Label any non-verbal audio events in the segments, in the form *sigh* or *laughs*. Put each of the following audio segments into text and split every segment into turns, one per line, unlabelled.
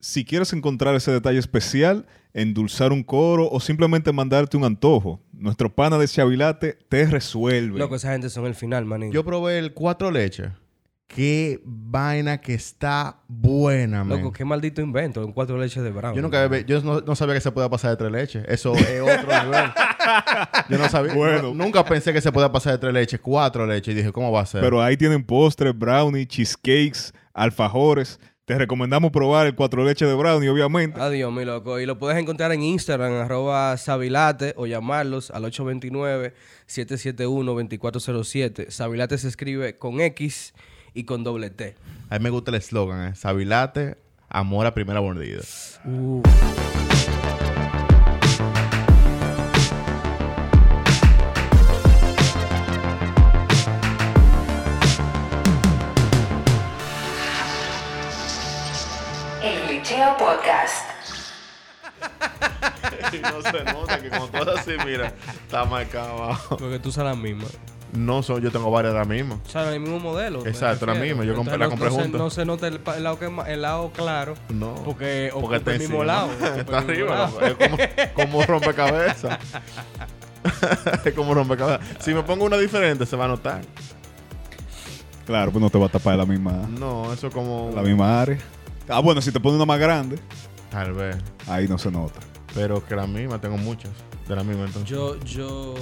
Si quieres encontrar ese detalle especial, endulzar un coro o simplemente mandarte un antojo, nuestro pana de Chavilate te resuelve.
Loco, esa gente son el final, manín.
Yo probé el cuatro leches. Qué vaina que está buena, man.
Loco, qué maldito invento, un cuatro leches de brown.
Yo nunca había- yo no, no sabía que se podía pasar de tres leches. Eso es otro nivel. Yo no sabía.
Bueno.
no- nunca pensé que se podía pasar de tres leches, cuatro leches. Y dije, ¿cómo va a ser?
Pero ahí tienen postres, brownie, cheesecakes, alfajores. Te recomendamos probar el cuatro leche de brownie, obviamente.
Adiós, mi loco. Y lo puedes encontrar en Instagram, arroba Sabilate, o llamarlos al 829-771-2407. Sabilate se escribe con X y con doble T.
A mí me gusta el eslogan, ¿eh? Sabilate, amor a primera mordida.
El Liceo Podcast.
no se nota que como todo así, mira, está marcado abajo.
Porque tú usas la misma.
No, son, yo tengo varias ahora mismo.
O sea, el mismo modelo. me
Exacto, la
refiero.
misma. Yo compré- la
no-
compré
no se-
junta.
no se nota el, pa- el lado, que es ma- el lado claro.
No.
Porque
Porque
ocupa el mismo
encima. *laughs*
lado.
Está
ocupa el mismo
arriba.
lado.
loco. Es como, como rompecabezas. *laughs* es como rompecabezas. Si me pongo una diferente, se va a notar.
Claro, pues no te va a tapar la misma,
No, eso es como...
la misma área. Ah, bueno, si te pones una más grande,
Tal vez.
ahí no se nota.
Pero que la misma, tengo muchas. De la misma, entonces.
Yo, yo,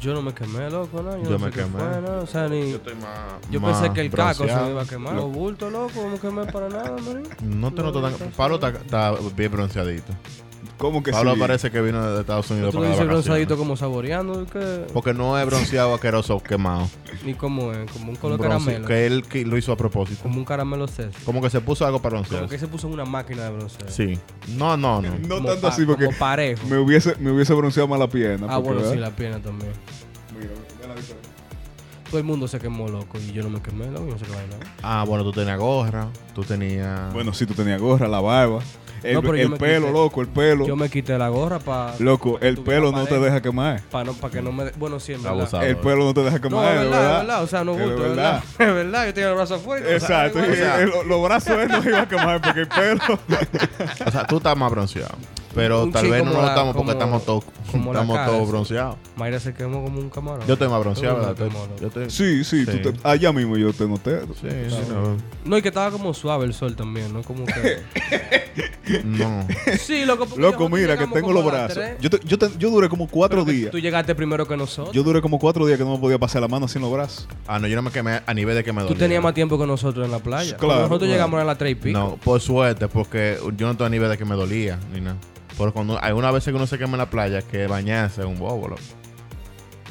yo no me quemé, loco, ¿no? Yo,
Yo
no
me
sé qué
quemé.
fue, ¿no? O sea, ni...
Yo estoy más...
Yo
más
pensé que el caco se
bronceado.
me iba a quemar.
Lo-
O bulto, loco, no me quemé para nada, manín.
No te noto tan... Pablo está, está bien bronceadito.
¿Cómo que
Pablo
sí?
parece que vino de Estados Unidos
Tú
para las
dices
vacaciones.
bronceadito como saboreando, ¿y qué?
Porque no es bronceado asqueroso quemado.
ni como es, como un color
Bronce-
caramelo.
Que él que lo hizo a propósito.
Como un caramelo césar.
Como que se puso algo para
Como
broncear.
que se puso en una máquina de broncear.
Sí. No,
*laughs*
no, no.
No
Como
tanto
pa-
así porque
como parejo.
me hubiese, me hubiese bronceado más la pierna.
Ah,
porque,
bueno, sí,
¿verdad?
la pierna también.
Mira, mira la diferencia.
Todo el mundo se quemó, loco, y yo no me quemé, loco, y no sé qué vaina.
Ah, bueno, tú tenías gorra. Tú tenías.
Bueno, sí, tú tenías gorra, la barba. El,
No, pero yo
el
me
pelo,
quité.
loco, el pelo.
Yo me quité la gorra para...
Loco, el pelo no te deja quemar.
Para no, pa' que no me... de- Bueno, sí, en verdad.
Abusado.
El pelo no te deja
No,
quemar,
es
de
verdad,
verdad.
es verdad. O sea, no
Es
bulto, es verdad. Es verdad, *laughs* yo tenía el brazo afuera.
*laughs* Exacto,
O
y- *laughs*
sea,
y- lo- los brazos él no iba a quemar porque el
*laughs*
pelo.
O sea, tú estás más bronceado. Pero
Un
tal
chico
vez no
como
lo
la-
estamos porque
como-
estamos todos
como la
estamos
cara,
todos
sí.
bronceados.
Mayra se quemó como un camarón.
Yo estoy más
Todo el
bronceado,
mundo
¿verdad? Estoy-
quemó, loco.
yo estoy-
Sí, sí,
Sí.
tú te- allá mismo yo te noté.
Sí, sí, no.
No, y que estaba como suave el sol también, ¿no?
*laughs*
Como que...
No.
Sí, loco. porque
Loco,
nosotros
mira que
llegamos
tengo
como
los
a las
brazos.
tres.
Yo, te- yo, te- yo duré como cuatro
Pero que
días.
Tú llegaste primero que nosotros.
Yo duré como cuatro días que no me podía pasar la mano sin los brazos.
Ah, no, yo no me quemé a nivel de que me
tú
dolía.
tenías más tiempo que nosotros en la playa.
Claro,
nosotros
claro.
llegamos a las 3 y pico.
No, por suerte, porque yo no estoy a nivel de que me dolía ni nada. Pero cuando alguna vez que uno se quema en la playa, que bañarse es un bobo, loco.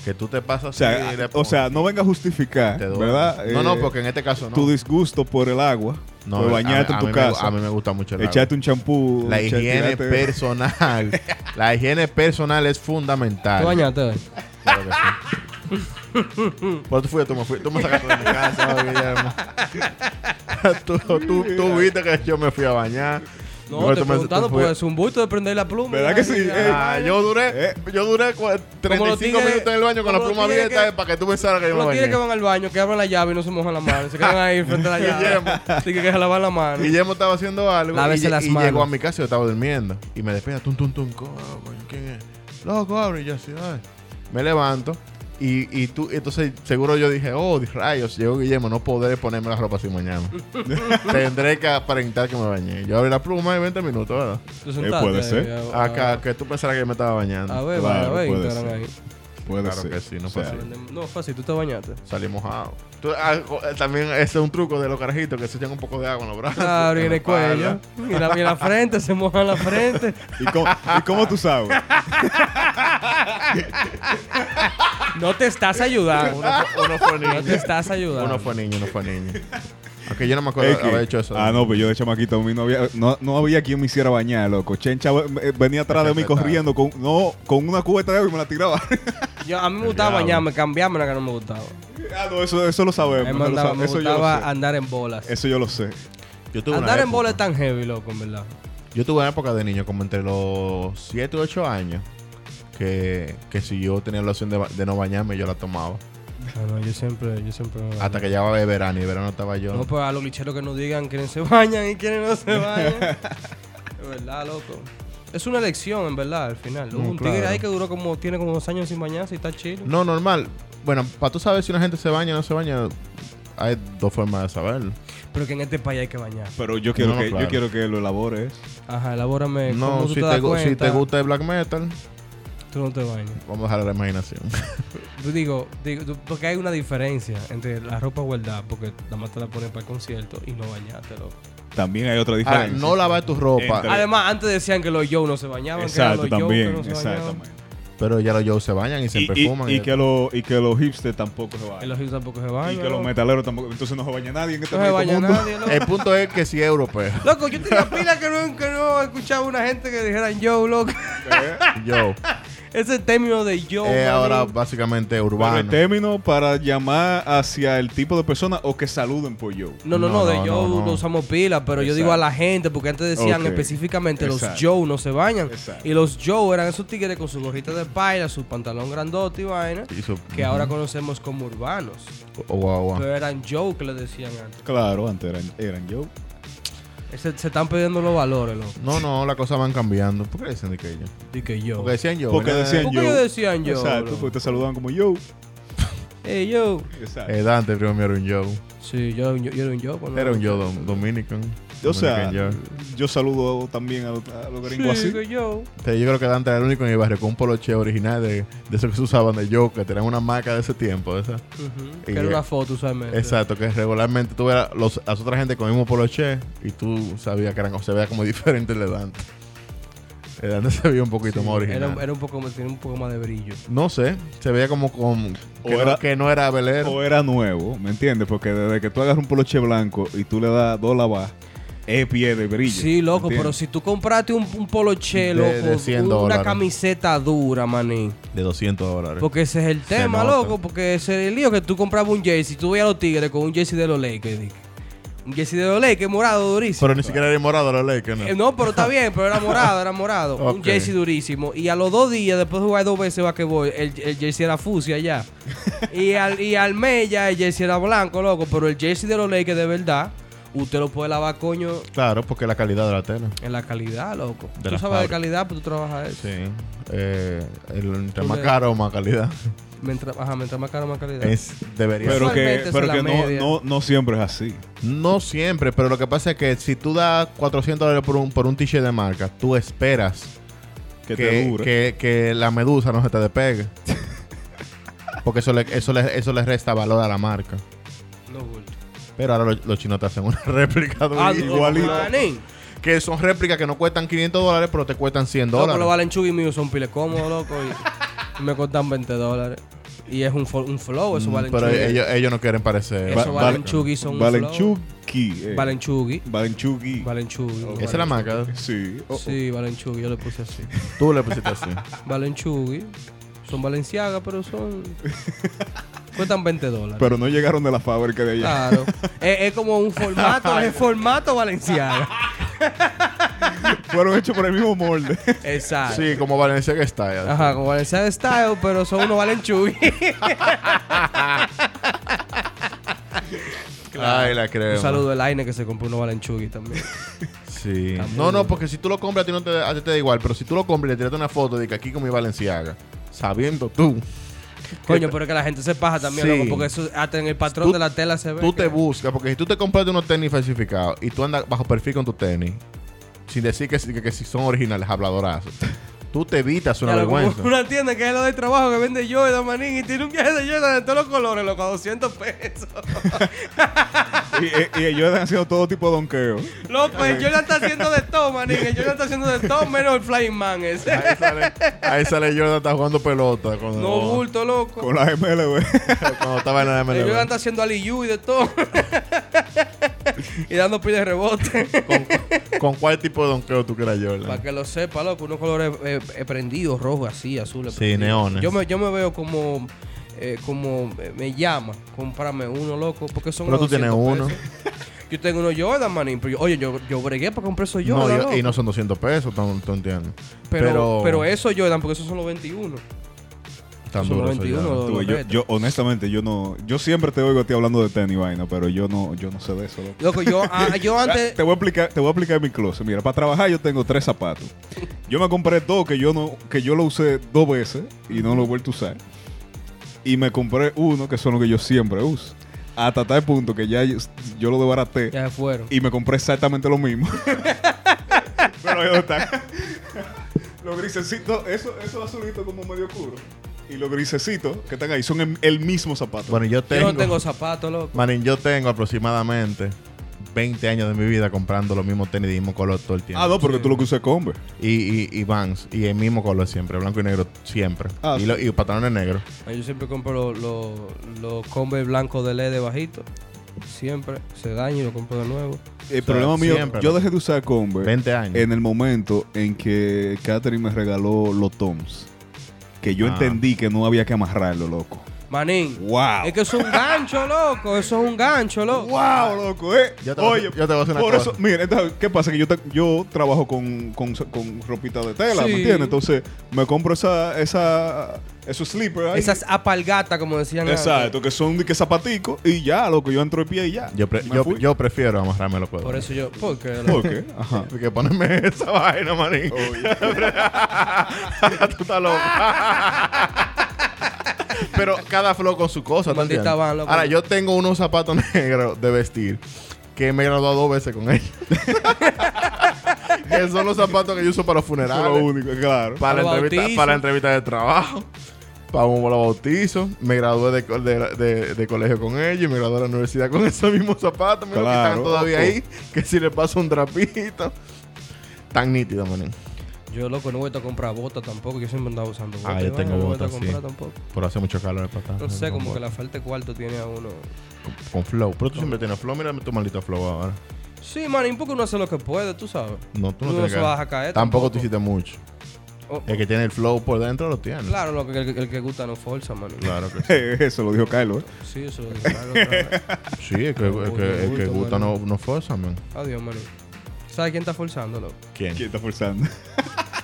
Que tú te pasas
O sea,
así,
a-
le
o
pones,
sea no venga a justificar,
te duele.
¿verdad?
No,
Eh,
no, porque en este caso no.
Tu disgusto por el agua,
no,
por
a-
bañarte
a
en tu
mí me-
casa,
a mí me gusta mucho el agua.
echarte un champú,
La
echar-
higiene
tirarte-
personal.
*laughs*
la higiene personal es fundamental.
¿Tú bañaste hoy?
Claro que sí. Por tú fuiste, tú me fuiste. Tú me sacaste de mi
*laughs*
casa, Guillermo. tú, tú, tú viste que yo me fui a bañar.
No, te
Luego tú me-
preguntando,
tú fui-
pues es un bulto de prender la pluma.
¿Verdad que sí? Ey.
Ah, yo duré,
Eh.
yo duré cua-
Como los
35
tigres-
minutos en el baño con la
como los
pluma
tigres
abierta
que-
eh, para que tú pensaras que yo me
Los
bañé.
tigres que van al baño, que abren la llave y no se mojan la mano. Se quedan ahí
*laughs*
frente a la
Guillermo.
llave. Así que que se lavan la mano.
Guillermo estaba haciendo algo y,
Lávese
lle-
las
y
manos.
llegó a mi casa y yo estaba durmiendo. Y me despierta, tum, tum, tum, co- ah, coño, ¿quién es? Loco, abre. Y yo así, ay. Me levanto y, y tú, entonces seguro yo dije, oh, rayos, llegó Guillermo, no podré ponerme la ropa así mañana. Tendré que aparentar que me bañé. Yo abrí la pluma en 20 minutos, ¿verdad?
Tú
Eh, puede
ahí,
ser.
a- a-
Acá, que tú pensaras que yo me estaba bañando.
A ver,
Claro,
a ver,
puede
Instagram
ser.
ahí.
Puede
Claro
ser.
que sí, no puede ser.
No, fácil, tú te bañaste.
Salí mojado. Tú- ah, co- eh, también ese es un truco de los carajitos que se echan un poco de agua en los
*laughs*
brazos.
Claro, y en
la
Ah, el cuello.
*laughs* espalda.
Y la, y la frente, se mojan la frente.
¿Y cómo, y cómo tú
*laughs*
sabes?
No te estás ayudando.
Uno fue- uno fue niño.
No te estás ayudando.
Uno fue niño, uno fue niño. Aunque yo no me acuerdo
Es
de
que-
haber hecho eso.
Ah, no, pero yo de chamaquito a mí no había, no, no había quien me hiciera bañar, loco. Chencha eh, venía atrás de mí corriendo con, no, con una cubeta de agua y me la tiraba. *laughs*
Yo, a mí me gustaba
diablo.
bañarme, cambiarme la que no me gustaba.
ah, no, eso, eso lo
A
sabemos.
mí
eso
me,
lo
andaba-
sabe-
me
eso, yo lo
gustaba
sé.
andar en bolas.
eso yo lo sé.
Yo tuve, una
Andar en bolas es
época,
tan heavy, loco, en verdad.
yo tuve una época de niño, como entre los 7 u 8 años, que, que si yo tenía la opción de, ba- de no bañarme, yo la tomaba.
No, no, yo siempre, yo siempre me
Hasta que llegaba el verano y el verano estaba yo. *laughs*
No, pues a los licheros que nos digan quiénes se bañan y quiénes no se bañan. verdad, loco. Es una elección, en verdad, al final. Hubo
Mm,
un tigre
claro.
ahí que duró como, tiene como dos años sin bañarse y está chido.
No, normal. Bueno, para tú saber si una gente se baña o no se baña, hay dos formas de saberlo.
Pero que en este país hay que bañar.
Pero yo quiero,
No, no,
que,
claro.
yo quiero que lo elabores.
Ajá, elabórame.
No,
Eh, ¿cómo tú
si
te,
te,
das
gu- si
cuenta?
te gusta el black metal,
Tú no te bañas.
vamos a dejar a la imaginación.
Yo digo, digo, tú- porque hay una diferencia entre la ropa guardada, porque nada más te la pones para el concierto y no bañaste, loco.
También hay
Ah,
otra
Ahora,
diferencia.
Ah, no lavar tu ropa,
Entre-
Además, antes decían que los Joe no se bañaban.
Exacto,
que eran los Joe que
también.
no se
exactamente.
pero ya los Joe se bañan y se
Y, y-
perfuman.
y
y-
que los y que los hipsters tampoco se
En
vayan.
los hipsters tampoco se
y
bañan.
que los
loco.
metaleros tampoco. Entonces no se baña nadie en este
No se
maldito *laughs*
baña
mundo.
nadie,
*laughs*
loco.
El punto es que si es europeo,
Loco, yo tenía pila que no, que no escuchaba una gente que dijeran Joe, loco. *laughs*
¿Eh?
Joe.
Ese término de Joe.
es
mano.
Eh, ahora básicamente
Pero este el
urbano.
término para llamar hacia el tipo de persona o que saluden por yo.
No, no, no,
No,
de
no,
Joe
no, no.
lo usamos pila, pero yo
Exacto.
digo a la gente, porque antes decían
Ok.
específicamente
Exacto.
los Joe no se bañan.
Exacto.
Y los Joe eran esos tigres con su gorrita de paila, su pantalón grandote y vaina,
Y su-
que ahora conocemos como urbanos.
Oh, wow, wow.
Pero eran Joe que le decían antes.
Claro, antes eran, eran yo.
Se, se están pidiendo los valores, loco.
No, no, las cosas van cambiando. ¿Por qué dicen de que ellos?
De que yo.
Porque decían yo.
Porque
¿verdad?
decían
¿Por qué
yo.
ellos decían yo,
Exacto,
bro?
porque te saludaban como yo.
Hey, yo.
Exacto.
Eh, Dante primero era un yo.
Sí, yo, era un yo, yo era un yo. cuando-
Era un yo dom- dominican.
o sea,
Dominican yo.
yo saludo también a, los- a los
Sí,
gringos
que
así.
yo.
Sí, Este, yo creo que Dante era el único en el barrio con un poloche original de, de esos que se usaban de yo, que tenían una marca de ese tiempo. de esa.
Ujú,
Y
Que era
ya.
una foto usualmente.
Exacto, que regularmente tú veas los, a las otras gente con el mismo poloche y tú sabías que eran, se veía como *laughs* diferente el de Dante. El Dante se veía un poquito
Sí,
más original.
Era, era un poco, tiene un poco más de brillo.
No sé, se veía como con.
O
Que, no-
era-
que no era velero.
O era nuevo, ¿me entiendes? Porque desde que tú agarras un poloche blanco y tú le das dos lavas, es pie de brillo.
Sí, loco,
¿entiendes?
pero si tú compraste un, un poloche,
De-
loco,
de 100
una
dólares.
camiseta dura, maní.
De 200 dólares.
Porque ese es el
Se
tema,
nota.
loco, porque ese es el lío que tú comprabas un jersey, tú veías a los tigres con un jersey de los Lakers, Dick. Un jersey de los Lakers morado durísimo.
Pero ni siquiera era el morado la ley, que no.
Eh, no, pero está bien, pero era morado, era
*laughs*
morado. Un
Ok.
jersey durísimo. Y a los dos días, después de jugar dos veces basquetbol, el, el jersey era fucsia
*laughs*
ya. y, al, y al mes ya el jersey era blanco, loco. Pero el jersey de los Lakers de verdad, usted lo puede lavar, coño,
Claro, porque la calidad de la tela.
en la calidad, loco.
De
tú
la
sabes de
fábrica.
calidad, pues tú trabajas eso.
Sí. Eh, el, entre
Tú
más
le-
caro, más calidad.
Mientras, ajá, mientras más caro, más calidad.
Es, debería
Pero
ser.
que,
Usualmente
pero
se la
que no,
media.
no, no siempre es así.
No siempre, pero lo que pasa es que si tú das 400 dólares por un, por un t-shirt de marca, tú esperas
Que, te dure.
que- que la medusa no se te
*laughs*
despegue. Porque eso le, eso, le, eso le resta valor a la marca.
No bulto.
Pero ahora los, los chinos te hacen una *laughs* réplica de un-
Ah,
igualito.
manín.
Que son réplicas que no cuestan 500 dólares, pero te cuestan 100
Loco,
dólares.
los Valenchugui míos son piles cómodos, loco. Y, y me costan 20 dólares. Y es un, fo- un flow, esos
Mm,
Valenchugui.
pero ellos, ellos no quieren parecer.
Eso
Va-
vale un chugui, son un
Valenchugui. eh.
Valenchugui.
Valenchugui.
Valenchugui.
Esa
Esa es la marca.
Sí. Oh, oh.
Sí, Valenchugui, yo le puse así.
Tú le pusiste así.
Valenchugui. Son valenciagas, pero son. Cuestan 20 dólares.
Pero no llegaron de la fábrica de allá.
Claro. es, es como un
*laughs*
formato, es formato valenciaga.
Fueron hechos por el mismo molde.
Exacto.
sí, como Valencia que está.
Ah, Ajá, como Valenciaga Style, pero son unos
*laughs*
Valenchugui.
Ay, la creo.
un saludo del Aine que se compró unos Valenchugui también.
Sí.
Está muy
No, no,
bien.
porque si tú lo compras, a ti, no te, a ti te da igual. Pero si tú lo compras y le tiraste una foto de que aquí con mi Valenciaga, sabiendo tú,
Coño, pero que la gente se paja también,
Sí.
loco, porque eso hasta en el patrón
Tú-
de la tela se ve.
tú te
que-
buscas. Porque si tú te compraste unos tenis falsificados y tú andas bajo perfil con tus tenis, sin decir que, si- que, que si son originales, habladorazos, tú te evitas una
Ya, loco,
vergüenza.
Una tienda que es lo de trabajo que vende Jordan, manín, y tiene un viaje de Jordan de todos los colores, loco, a 200 pesos.
*laughs* y, eh, y- y ellos han sido todo tipo de donqueo.
Loco, el Jordan está haciendo de todo, manín. El Jordan está haciendo de todo menos el Flying Man ese.
Ahí sale, ahí sale Jordan, está jugando pelota. Cuando,
No bulto, loco.
Con la MLB.
cuando estaba en la
El Jordan
MLB.
está haciendo aliyu y de todo. *laughs* y dando pile de rebote.
¿Con, con cuál tipo de donqueo tú quieras
Para
Jordan?
que lo sepa, loco, unos colores eh, eh, prendidos, rojos así, azules.
Sí,
prendidos.
neones.
Yo me, yo me veo como, eh, como eh, me llama, comprarme uno, loco, porque son
Pero
los
tú tienes
200
uno.
pesos. *laughs* Yo tengo uno Jordan, manín, pero yo- oye, yo, yo bregué para comprar esos
No,
Jordan,
y- y,
loco.
no son 200 pesos, tú, tú entiendes.
pero, pero, esos Jordan, porque esos son los 21.
tan
Son
duro eso ya.
91
¿no?
los
Tú, yo,
retos.
yo, honestamente, yo no. Yo siempre te oigo a ti hablando de tenis, vaina, pero yo no, yo no sé de eso. loco.
Loco, yo,
*laughs*
ah, yo antes.
Ah, Te voy a explicar, te voy a explicar mi closet. Mira, para trabajar yo tengo tres zapatos. Yo me compré dos que yo no, que yo lo usé dos veces y no lo he vuelto a usar. Y me compré uno que son los que yo siempre uso. Hasta tal punto que ya yo, yo lo desbaraté
Ya se fueron.
y me compré exactamente lo
*laughs*
mismo. Pero ahí no está. Los grisecitos, esos eso azulitos como medio oscuro. Y los grisecitos que están ahí son el, el mismo zapato.
Bueno, yo
Yo
tengo.
no tengo zapatos, loco.
Manín, yo tengo aproximadamente 20 años de mi vida comprando los mismos tenis del mismo color todo el tiempo.
ah, no, porque tú lo que usas es Converse.
y, y, y Vans. Y el mismo color siempre, blanco y negro siempre.
Ah,
y, lo- y pantalones negros.
Ah, Yo siempre compro los los los Converse blancos de LED bajito. Siempre. Se daña y lo compro de nuevo.
El
O sea,
problema mío,
siempre,
yo
loco.
dejé de usar Converse
20 años.
en el momento en que Catherine me regaló los Toms. Que yo
Ah.
entendí que no había que amarrarlo, loco.
Manín.
¡Wow!
Es que eso es un gancho, loco. Eso es un gancho, loco.
¡Wow, loco! eh!
Yo te voy a
Oye,
hacer- yo te voy a hacer una
por
cosa.
eso, mira, entonces, ¿qué pasa? Que yo, te- yo trabajo con, con, con ropita de tela,
Sí.
¿me entiendes? Entonces, me compro esa, esa, esos slippers ahí.
Esas apalgatas, como decían. antes.
Exacto, que son de que zapaticos y ya, loco, yo entro de pie y ya.
Yo, pre-
Me
yo,
fui.
yo prefiero amarrarme los
Por eso yo. ¿Por qué?
¿Por
loco?
qué? Ajá.
*laughs* Que ponerme esa vaina, manín.
Oh.
Tú
*laughs*
estás loco. Pero cada flow con su cosa, ¿tú
Maldita
entiendes?
van, loco.
Ahora, yo tengo unos zapatos *laughs* negros de vestir que me he graduado dos veces con ellos. Esos son los zapatos que yo uso para los
Eso es lo
funerales,
único, claro. *laughs*
para,
Para los
entrevistas
bautizos.
para entrevistas de trabajo, para un bolo bautizo. Me gradué de, co- de, de- de colegio con ellos y me gradué de la universidad con esos mismos zapatos. Mira que
Claro,
están todavía
loco.
ahí, que si le paso un trapito. Tan nítido, manín.
Yo, loco, no voy a comprar botas tampoco. Yo siempre andaba usando botas.
Ah, yo
Bueno,
tengo
no voy a
botas,
comprar
sí.
tampoco.
Pero hace mucho calor para estar.
No sé, como que la falta de cuarto tiene a uno.
Con, con flow. Pero tú siempre tienes flow. Mírame tu maldito flow ahora.
Sí, manín, porque uno hace lo que puede, tú sabes.
No, tú
Tú
no,
no
tienes
se
que-
vas a caer
Tampoco,
tampoco.
tú hiciste mucho.
Oh,
El que tiene el flow por dentro lo tiene.
Claro, lo que, el, el que gusta no forza, manín.
Claro que sí.
Eso lo dijo Carlos. ¿eh?
Sí, eso lo dije. claro, otra vez.
Sí, el que, el que, el que
Bulto,
gusta no, no forza, man.
Adiós, manín. ¿Sabes quién está forzándolo?
¿Quién?
¿Quién está forzando?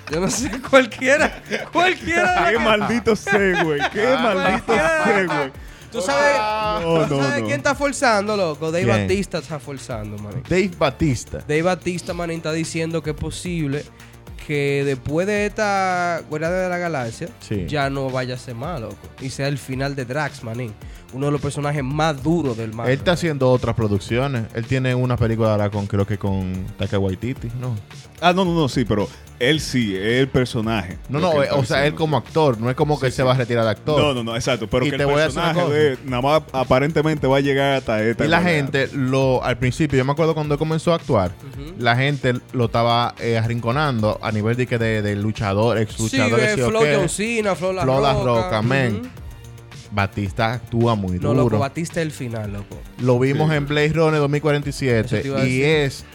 Yo no sé, *laughs* cualquiera. Cualquiera.
*laughs*
de
¡Qué
los que-
maldito sé, güey! ¡Qué
Ah,
maldito sé, güey!
¿Tú sabes,
No,
¿tú
no,
sabes
no.
quién está forzando, loco? Dave
¿Quién?
Batista está forzando, manín.
Dave Batista.
Dave Batista, manín, está diciendo que es posible que después de esta Guardia de la Galaxia
Sí.
ya no vaya a ser más, loco. Y sea el final de Drax, manín. Uno de los personajes más duros del
Él
manga.
está haciendo otras producciones. Él tiene una película ahora con, creo que con Taika Waititi, ¿no?
Ah, no, no, no, sí, pero él sí, es el personaje.
No,
Lo
no,
que
eh,
está
o sea, él
diciendo.
como actor. No es como que se va a retirar de actor.
No, no, no, exacto. Pero
Y
que
te
el
voy a decir una
personaje de nada más aparentemente va a llegar hasta esta.
Y la
edad.
gente, lo, al principio, yo me acuerdo cuando él comenzó a actuar, la gente lo estaba eh, arrinconando a nivel de que de, de luchador, ex
Sí,
luchador,
eh,
sí o
Flo
qué.
John Cena, Flo La
Flo La
Roca.
Roca, man.
Ujú.
Batista actúa muy
No,
duro.
loco, Batista es el final, loco.
Lo vimos
Sí.
en Blade Runner
Eso te iba a
2047 y
decir.
es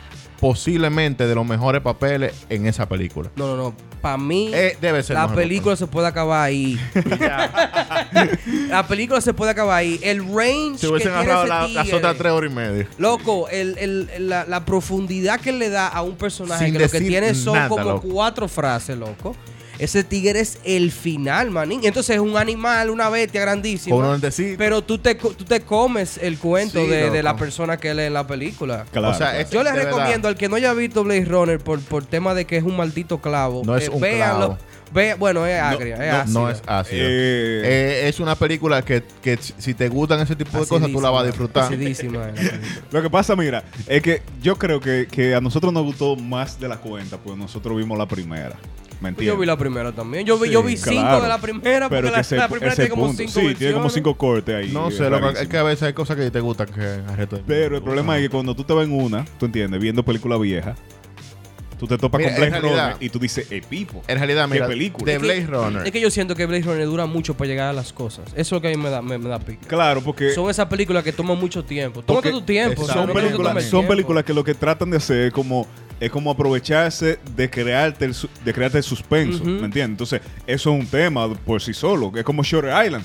posiblemente de los mejores papeles en esa película.
No, no, no. Para mí,
Eh, debe ser
la
mejor
película se puede acabar ahí. la película se puede acabar ahí. El range.
Se hubiesen
que tiene
agarrado
ese
la- las
tigre,
otras tres horas y media.
Loco, el, el- la, la profundidad que le da a un personaje
Sin
que lo que
decir
tiene son
nada,
como
loco.
cuatro frases, loco. Ese tigre es el final, manín. Entonces es un animal, una bestia grandísima.
Con un lentecito.
Pero tú te, co- tú te comes el cuento
Sí,
de, de la
loco.
persona que lee la película.
Claro.
O sea, es-
Yo les
de verdad.
recomiendo al que no haya visto Blade Runner por, por tema de que es un maldito clavo. eh,
No es un clavo.
Ve, bueno, es agria, es ácida.
No es ácido.
Eh,
Eh, es una película que, que si te gustan ese tipo de cosas, tú la vas a disfrutar.
Acidísima, eh, acidísima.
lo que pasa, mira, es que yo creo que, que a nosotros nos gustó más de la cuenta, pues nosotros vimos la primera. ¿Me entiendes?
Pues yo vi la primera también. Yo vi, yo vi cinco
Claro.
de la primera porque
Pero
la,
que se-
la primera
ese
tiene como
punto.
cinco
Sí, tiene como
versiones.
cinco cortes ahí.
No
eh,
sé, loco, es
rarísimo.
que a veces hay cosas que te gustan que al resto del
Pero el
mundo,
problema es que
¿no?
cuando tú te ves en una, tú entiendes, viendo película vieja, tú te topas
Mira,
con
en
Blade
realidad-
Runner y tú dices, el pipo.
En realidad,
¿Qué
mira,
película?
de
Es
Blade
Es
Runner.
que yo siento que Blade Runner dura mucho para llegar a las cosas. Eso es lo que a mí me da, me, me da pique.
Claro, porque
Son esas películas que toman mucho tiempo.
Porque
Tómate tu tiempo.
exacto.
o sea,
son
no tienes que
películas,
tomar el
son
tiempo.
películas que lo que tratan de hacer es como es como aprovecharse de crearte el, su- de crearte el suspenso,
Ujú.
¿me entiendes? Entonces, eso es un tema por sí solo, que es como Shutter Island.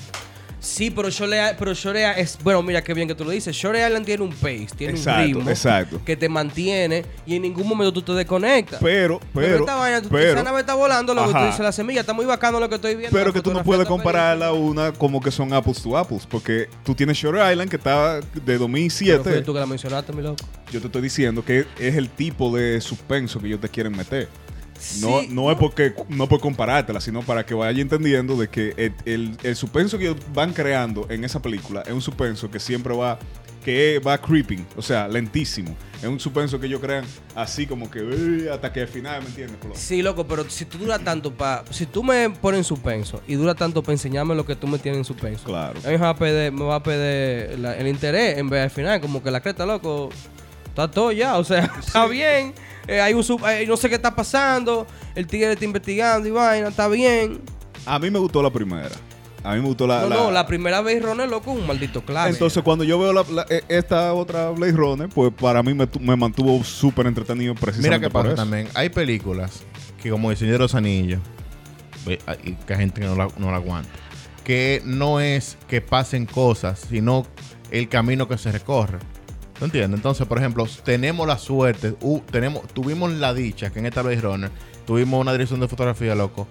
Sí, pero Shore Island, pero Shore Island es, bueno, mira qué bien que tú lo dices. Shore Island tiene un pace, tiene
Exacto,
un ritmo
exacto.
que te mantiene y en ningún momento tú te desconectas.
Pero, pero,
esta vaina, tú,
pero,
esa nave está volando, lo que tú
Ajá.
dices, la semilla, está muy bacano lo que estoy viendo.
pero
la
que tú no
fotografía
puedes
está
compararla a
bellísima.
una como que son apples to apples, porque tú tienes Shore Island que está de
Pero fue
2007.
tú que la mencionaste, mi loco.
Yo te estoy diciendo que es el tipo de suspenso que ellos te quieren meter. No,
Sí,
no es porque no por comparártela, sino para que vaya entendiendo de que el, el- el suspenso que ellos van creando en esa película es un suspenso que siempre va que va creeping, o sea, lentísimo. Es un suspenso que ellos crean así como que "Eh", hasta que al final, ¿me entiendes? Por lo-
Sí, loco, pero si tú duras tanto para. Si tú me pones en suspenso y dura tanto para enseñarme lo que tú me tienes en suspenso.
Claro.
A mí me va a perder, me va a perder la- el interés en vez al final, como que la creta, loco. Está todo ya, o sea, *laughs* está bien. eh, hay un sub- eh, no sé qué está pasando. El tigre está investigando y vaina, está bien.
A mí me gustó la primera. A mí me gustó la.
no,
Ah, la-
no, la primera vez Ron es loco, un maldito clave.
Entonces, cuando yo veo la- la- e- esta otra Blade Runner, pues para mí me, tu- me mantuvo súper entretenido precisamente
Mira qué
por
pasa
eso.
también. Hay películas que como El Señor de los Anillos, ve- ah, y que hay gente que no la, no la aguanta, que no es que pasen cosas, sino el camino que se recorre. ¿Tú entiendes? Entonces, por ejemplo, tenemos la suerte, u- tenemos, tuvimos la dicha que en esta Blade Runner tuvimos una dirección de fotografía, loco,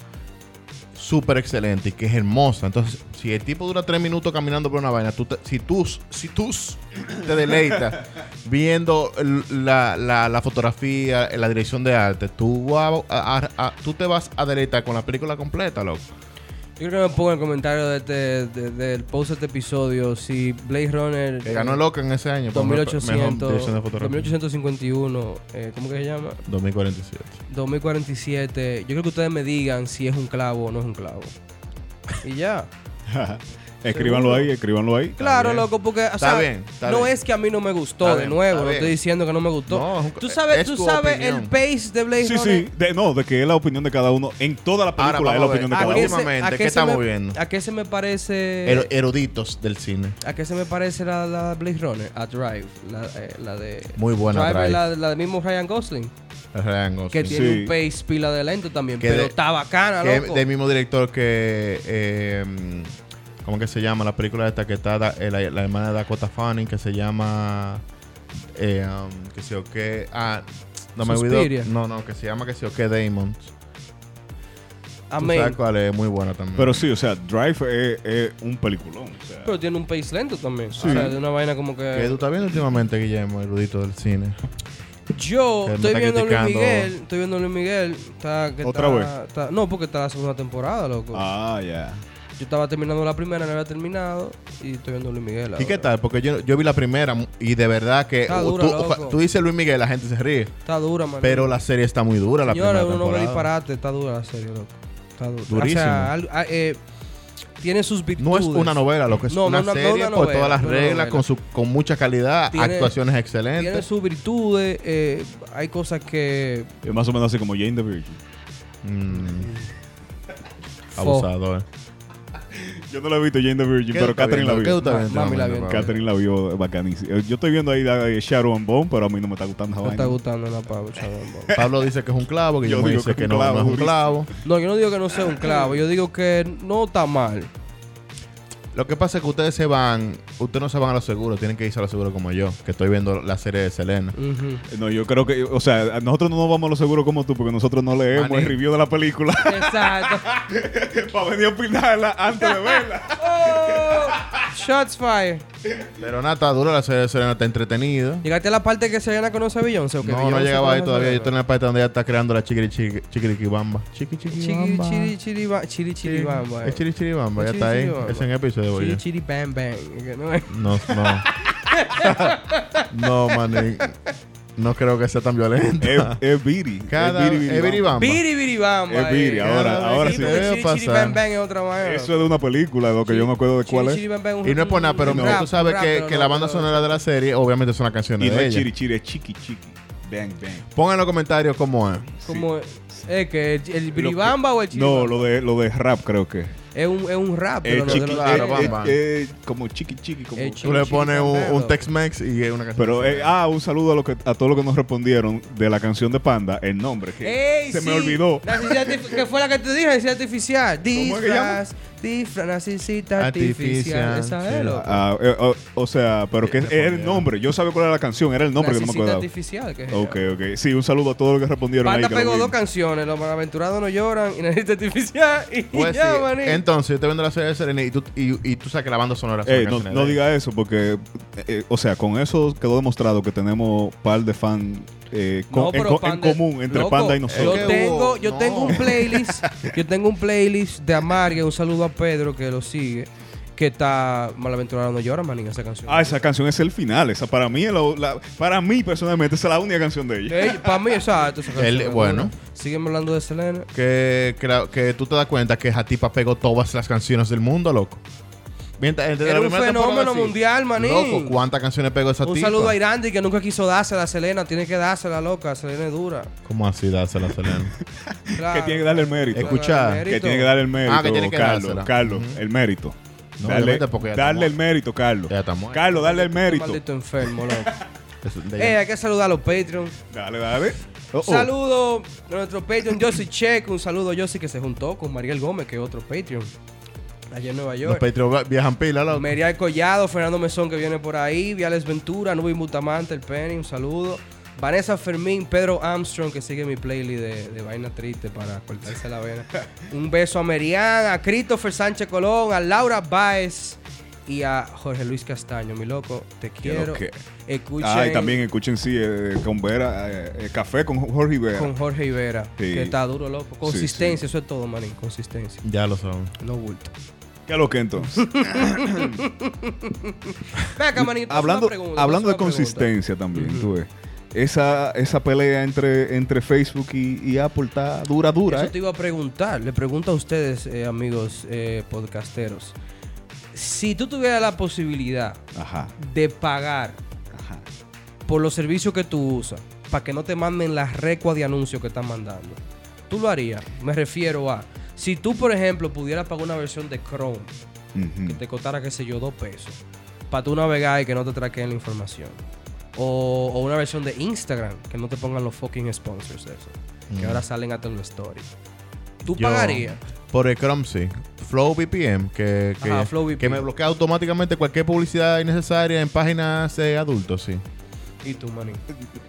súper excelente y que es hermosa. Entonces, si el tipo dura tres minutos caminando por una vaina, tú te- si tú si tú te deleitas viendo el- la, la- la fotografía, eh, la dirección de arte, tú, va- a- a- a- tú te vas a deleitar con la película completa, loco.
Yo creo que me pongo en el comentario de este- de- del post de este episodio si Blade Runner.
Que ganó el Oscar en ese año. por mejor- mejor
2800,
dirección de fotografía.
2851, eh, ¿cómo que se llama?
2047.
2047. Yo creo que ustedes me digan si es un clavo o no es un clavo. Y ya.
*laughs* escríbanlo ahí, escríbanlo ahí.
*laughs* Claro,
bien.
loco, porque o
Está
sea,
bien, está
no
bien.
es que a mí no me gustó,
Está
de
bien,
nuevo,
está
no estoy
bien.
diciendo que no me gustó.
No, es un-
tú sabes,
es
tú
tu
sabes
opinión.
el pace de Blade
Sí,
Runner?
sí, de- no, de que es la opinión de cada uno. En toda la
Ahora
película es la
vamos a ver.
opinión de
Ah,
cada uno.
¿A qué se-
Últimamente,
a qué
¿qué
se
estamos
me-
viendo?
¿A qué se me parece?
Ero- eruditos del cine.
¿A qué se me parece la, la Blade Runner? A Drive, la, eh, la de.
Muy buena
Drive.
Drive.
La, la de mismo Ryan Gosling.
Ryan Gosling.
Que tiene
Sí.
un pace pila de lento también,
Que
pero
de-
está bacana,
Que es
loco.
del mismo director que. eh, mm, ¿Cómo que se llama? La película esta que está da- eh, la, la hermana de Dakota Fanning que se llama. Eh, um, que sé yo qué. Ah, no me
Suspiria.
olvido. No, no, que se llama que sé yo qué Damon.
Amén.
cuál es? Muy buena también.
Pero sí, o sea, Drive es, es un peliculón. o sea.
Pues.
Pero tiene un pace lento también. O sea, de una vaina como
¿Qué tú
que.
estás viendo últimamente, Guillermo, erudito del cine?
Yo
que me
estoy
está
viendo a Luis
criticando.
Miguel. Estoy viendo a Luis Miguel. Está, que
¿Otra
está-
vez?
está- no, porque está la segunda temporada, loco.
ah, ya.
Yo estaba terminando la primera, no había terminado. Y estoy viendo a Luis Miguel.
¿Y
ahora.
qué tal? Porque yo, yo vi la primera y de verdad que.
Está
uh,
dura,
tú,
loco.
tú dices Luis Miguel, la gente se ríe.
Está dura, man.
Pero la serie está muy dura, la
Señores,
primera
uno ve
temporada.
disparate. Está dura la serie, loco. Está dura.
Durísimo.
O sea, al- a- eh, tiene sus virtudes.
No es una novela, lo que es
No,
una
no, no, no
serie
una
por
novela,
todas las
no una
reglas,
novela.
con, su, con mucha calidad,
Tiene-
actuaciones
Tiene
excelentes.
sus virtudes. eh, hay cosas que.
Es más o menos así como Jane the Virgin.
Mm,
fo.
abusador.
Yo no la he visto Jane the Virgin, pero Catherine la vio.
Ma- mami la vio.
Catherine la vio bacanísima. Yo estoy viendo ahí la de Shadow and Bone, pero a mí no me está gustando esa
No está
vaina.
gustando la pavo, chabón. vamos.
Pablo dice que es un clavo, Guillermo
digo
dice que, no, no es un
durísimo.
clavo.
No, yo no digo que no sea un clavo, yo digo que no está mal.
Lo que pasa es que ustedes se van, ustedes no se van a los seguros, tienen que irse a los seguros como yo, que estoy viendo la serie de Selena.
Ujú.
No, yo creo que, o sea, nosotros no nos vamos a lo seguro como tú, porque nosotros no leemos
Maní.
el review de la película *laughs*
Exacto.
para venir a opinarla antes de verla.
*laughs*
Oh, shots fired.
Pero nada, está dura la serie de Selena, está entretenida.
Llegaste a la parte que Selena conoce a Beyoncé. ¿o que
No, no
Beyoncé
llegaba ahí
conoce a
todavía. Yo estoy en
Selena?
la parte donde ella está creando la chiquiri chiqui- chiquiriquibamba. Chiqui
Chiri,
chiquiriquibamba.
chiri, chiri, ba- chiri, chiri, bam, bam.
Es chiri
Es
ya está ahí.
chiquiriquibamba.
Es en episodio,
Chiri,
oye.
chiri, bam, bam. Que no es-
No, no. no, maní. No creo que sea tan violento.
Es, es Biri.
Cada
es Biri, Biri, Bam.
Ebiribamba.
Biri, biri, bam,
Es
bam.
biri, ahora-
Sí,
ahora sí.
porque
Debe
Chiri, chiri,
pasar.
bam, bam es otra manera.
Eso es de una película, lo que yo me acuerdo de cuál es.
Y no es por nada, pero
No.
tú sabes que, que la banda sonora de la serie, obviamente son las
Y
canciones
no es
de ella.
chiri chiri, es chiqui chiqui. Bang bang.
Pongan en los comentarios cómo es.
Como, es que el, el biribamba o el chiri.
No, lo de, lo de rap creo que.
es un, es un rap.
Eh,
pero no,
chiqui-
de los-
claro,
eh,
bam,
eh,
bam.
eh, como chiqui chiqui. Como,
Eh,
Tú le pones un,
Chin, chin,
un Tex-Mex y una canción.
Pero, eh, ah, un saludo a, lo que, a todos los que nos respondieron de la canción de Panda, el nombre. Que
¡Ey,
se me
sí!
olvidó.
Narcisista artif- que fue la que te dije, necesidad artificial.
¿Cómo es que llama?
Disfraz, disfraz, narcisista
Artificial,
artificial. Esa
sí.
es, loco.
Ah, eh, o, o sea, pero que
Sí,
era el
respondieron.
nombre. Yo sabía cuál era la canción, era el nombre que no me
Narcisista
acordaba.
artificial. que es
Ok,
ella.
ok. Sí, un saludo a todos los que respondieron. Ahí,
Panda
que
pegó
lo
dos
vimos.
canciones, los malaventurados no lloran y necesita artificial. Y
*laughs* Pues
ya,
sí.
maní.
Entonces, yo te vendo la serie de Serena y tú, y, y tú sacas la banda sonora.
Ey,
sobre
no,
canciones
no
de ella.
diga eso porque, eh, eh, o sea, con eso quedó demostrado que tenemos par de fan eh,
No,
co- en,
pero
co- en
Panda-
común entre
Loco,
Panda y
Es
nosotros.
que
Yo tengo,
hubo-
yo
no.
tengo un playlist, yo tengo un playlist de Amarga, un saludo a Pedro que lo sigue, que está malaventurado no llora, manín, esa canción.
Ah, esa canción es el final. Esa para mí, es la- la- para mí personalmente, esa es la única canción de ella.
para mí, exacto. esa
Él,
canción es
bueno.
buena. Sígueme hablando de Selena.
Que, que, la- que tú te das cuenta que Jatipa pegó todas las canciones del mundo, loco. Mientras, desde
Era
la
un
primera
fenómeno
temporada, sí.
mundial, maní.
Loco, ¿cuántas canciones pegó esa
Un
tipa?
saludo a Irandi que nunca quiso dársela a Selena, tiene que dársela, loca, Selena
*laughs*
es dura.
¿Cómo así dársela a
*laughs*
Selena?
Que
Claro.
tiene que darle el mérito.
Escucha,
Claro, el
que
mérito.
tiene que darle el mérito.
Ah, que tiene que
Carlos,
dársela.
Carlos, el mérito.
No,
Dale,
obviamente, porque ya
darle
está
el mérito, Carlos.
Ya está muerta.
Carlos, darle el mérito.
Maldito enfermo, loco.
Es- *laughs* de
eh,
ella.
hay que saludar a los Patreons.
Dale, dale. Oh, oh.
Saludo a nuestro Patreon Josie Check. Un saludo a Josie que se juntó con Mariel Gómez, que es otro Patreon. Allá en Nueva
Los
York.
Patreon viajan pila, loco.
Merial Collado, Fernando Mesón que viene por ahí, Viales Ventura, Nubi Mutamante, el Penny, un saludo. Vanessa Fermín, Pedro Armstrong, que sigue mi playlist de, de vaina triste para cortarse la
*laughs*
vena. Un beso a Merian, a Christopher Sánchez Colón, a Laura Baez y a Jorge Luis Castaño. Mi loco, te quiero.
lo que-
Escuchen
Ah, y también escuchen, sí, eh, con Vera, eh, eh, Café con Jorge Vera.
con Jorge Rivera,
Sí.
que está duro, loco. Consistencia, eso es todo, manín. Consistencia.
Ya lo saben.
No bulto.
¿Qué es lo que entonces?
Venga, manín, te hago
hablando
una pregunta, te
hablando de
hago una pregunta.
consistencia también, tú ves. Esa, esa pelea entre, entre Facebook y, y Apple está dura, dura.
Eso
¿eh?
te iba a preguntar. Le pregunto a ustedes, eh, amigos eh, podcasteros. Si tú tuvieras la posibilidad
Ajá,
de pagar
ajá.
por los servicios que tú usas para que no te manden las recuas de anuncios que están mandando, tú lo harías. Me refiero a. Si tú, por ejemplo, pudieras pagar una versión de Chrome
Ujú.
que te costara, qué sé yo, dos pesos para tú navegar y que no te traqueen la información. O, o una versión de Instagram que no te pongan los fucking sponsors de eso. Que
Mm.
ahora salen hasta en los stories. ¿Tú
Yo-
pagarías?
Por el Chrome, sí. Flow VPN, que, que,
Ajá, Flow
que
VPN.
me bloquea automáticamente cualquier publicidad innecesaria en páginas de adultos, sí.
¿Y tú, *laughs* maní?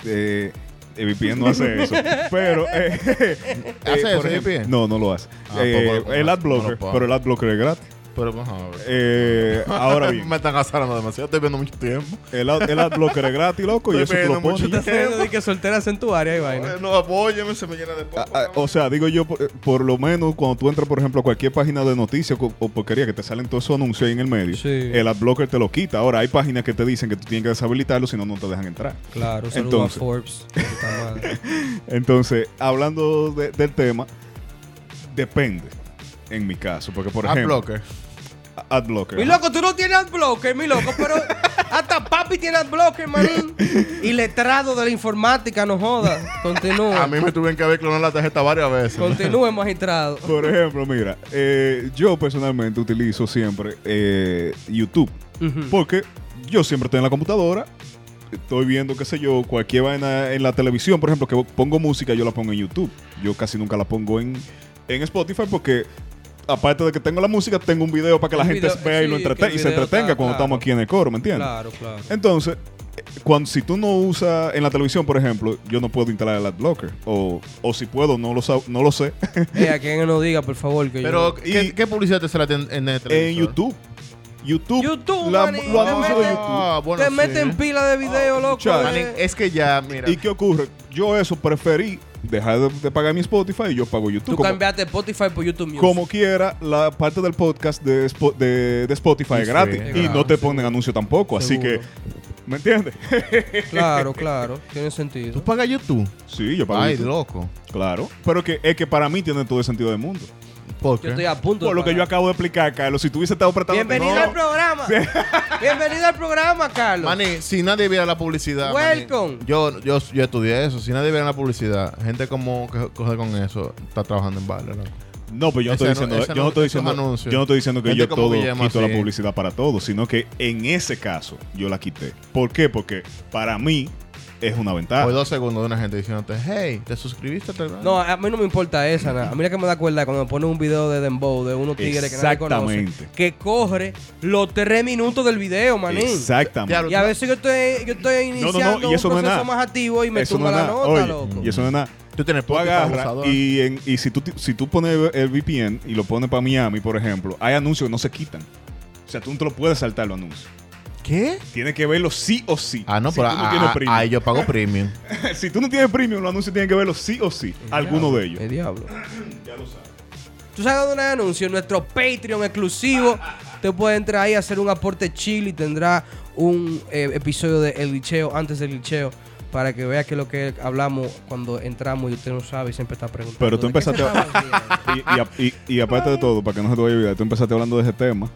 Eh, eh, VPN
*laughs*
no hace eso. pero. eh, eh,
¿Hace eso,
por ejemplo-
VPN?
No, no lo hace.
Ah,
Eh,
pues, pues,
el
no
ad blocker,
lo puedo.
pero el ad blocker es gratis.
Pero vamos a ver.
Eh, ahora
*laughs*
bien,
me están azarando demasiado, estoy viendo mucho tiempo.
el ad, el ad blocker es gratis, loco, y
Estoy
eso tú lo
perdiendo mucho
pones.
tiempo.
de que solteras en tu área y vaina.
No, apóyeme, se me llena de
Ah, ah, o sea, digo yo, por, por lo menos cuando tú entras, por ejemplo, a cualquier página de noticias o, o porquería que te salen todos esos anuncios ahí en el medio,
Sí.
el ad blocker te lo quita. Ahora, hay páginas que te dicen que tú tienes que deshabilitarlo, si no, no te dejan entrar.
Claro, un saludo
Entonces.
a Forbes. puta madre.
Entonces, hablando de- del tema, depende, en mi caso, porque por ejemplo,
blocker.
ad blocker.
*laughs* mi loco, tú no tienes adblocker, mi loco, pero hasta papi tiene adblocker, manín. Y letrado de la informática, no jodas.
A
Continúa.
mí me tuvieron que haber clonado la tarjeta varias veces.
Continúe, magistrado.
Por ejemplo, mira, eh, yo personalmente utilizo siempre eh, YouTube.
Ujú.
Porque yo siempre estoy en la computadora, estoy viendo, qué sé yo, cualquier vaina en la televisión, por ejemplo, que pongo música, yo la pongo en YouTube. Yo casi nunca la pongo en, en Spotify porque, aparte de que tengo la música, tengo un video para que la
Un
gente
video,
vea y,
sí,
lo
que el
entrete- y se
video
entretenga
está-
cuando
claro.
estamos aquí en el coro, ¿me entiendes?
Claces. Claro, claro.
Entonces, eh, cuando, si tú no usas en la televisión, por ejemplo, yo no puedo instalar el AdBlocker. O, o si puedo, no lo, sab- no lo sé.
Eh, a quien no diga, por favor, que
Pero,
yo...
¿qué,
Y-
qué publicidad te sale en, en el
en
televisor?
YouTube. YouTube.
YouTube,
la-
manín,
lo
te
anuncio de
meten-
YouTube.
Ah, bueno,
te
sí.
meten pila de video, loco.
muchacho.
Manín,
eh.
es que ya, mira.
¿Y qué ocurre? Yo eso preferí dejar de, de pagar mi Spotify y yo pago YouTube.
Tú
como,
cambiaste Spotify por YouTube Music.
como quiera, la parte del podcast de, Spo- de- de Spotify
Sí,
es gratis.
sí,
y
claro,
no te
seguro.
ponen anuncio tampoco. Así
Seguro.
que, ¿me entiendes? *laughs*
Claro, claro. Tiene sentido.
¿Tú pagas YouTube?
sí, yo pago
Ay,
YouTube.
loco.
Claro. Pero que, es que para mí tiene todo el sentido del mundo.
¿Por
Yo
qué?
estoy a punto
Por
de
lo que
pagar.
yo acabo de explicar, Carlos, si tú hubiese estado prestando
Bienvenido al programa. *laughs* Bienvenido al programa, Carlos.
Maní, si nadie viera la publicidad. maní,
Welcome.
yo, yo, yo estudié eso. Si nadie viera la publicidad, gente como que coge con eso está trabajando en baile. loco.
No, pero yo no
Ese
estoy
anu-
diciendo,
ese
yo no estoy
anu-
diciendo,
esos anuncios.
yo no estoy diciendo que
Gente
yo
como
todo
Guillermo,
quito la
sí.
publicidad para todo, sino que en ese caso yo la quité. ¿Por qué? Porque para mí es una ventaja.
O dos segundos de una gente diciéndote, hey, ¿te suscribiste a tal canal?"
No, a mí no me importa esa. na. A mí la que me da cuerda es cuando me ponen un video de Dembow de unos tigres que nadie conoce.
Exactamente.
Que corre los tres minutos del video, manín.
Exactamente.
Diablo,
Y a veces yo estoy, yo estoy
no,
iniciando
y eso
un
no es
proceso
nada.
más activo y me
Eso
tumba
no es
la
nada.
nota,
Oye,
loco.
Y eso no es nada.
Tú tienes
Tú
Spotify
agarras
abusador.
y, en- y si, tú, ti- si tú pones el VPN y lo pones para Miami, por ejemplo, hay anuncios que no se quitan. O sea, tú no te lo puedes saltar los anuncios.
¿Qué?
Tienes que verlo sí o sí.
Ah, no,
si
pero
tú no
ah,
tienes
ah,
premium.
ah, yo pago premium.
*laughs*
*laughs*
si tú no tienes premium, los anuncios tienen que verlo sí o sí. Alguno de ellos.
El diablo.
Ya lo sabes.
Tú sabes dónde hay anuncio, nuestro Patreon exclusivo. Te puede entrar ahí a hacer un aporte chill y tendrá un eh, episodio de El Licheo, antes del Licheo, para que veas que lo que hablamos cuando entramos y usted no sabe y siempre está preguntando.
Pero tú
¿de qué se
empezaste a-
estaba hablando?
Y, y a- y- y aparte de todo, para que no se te vaya a olvidar, tú empezaste hablando de ese tema.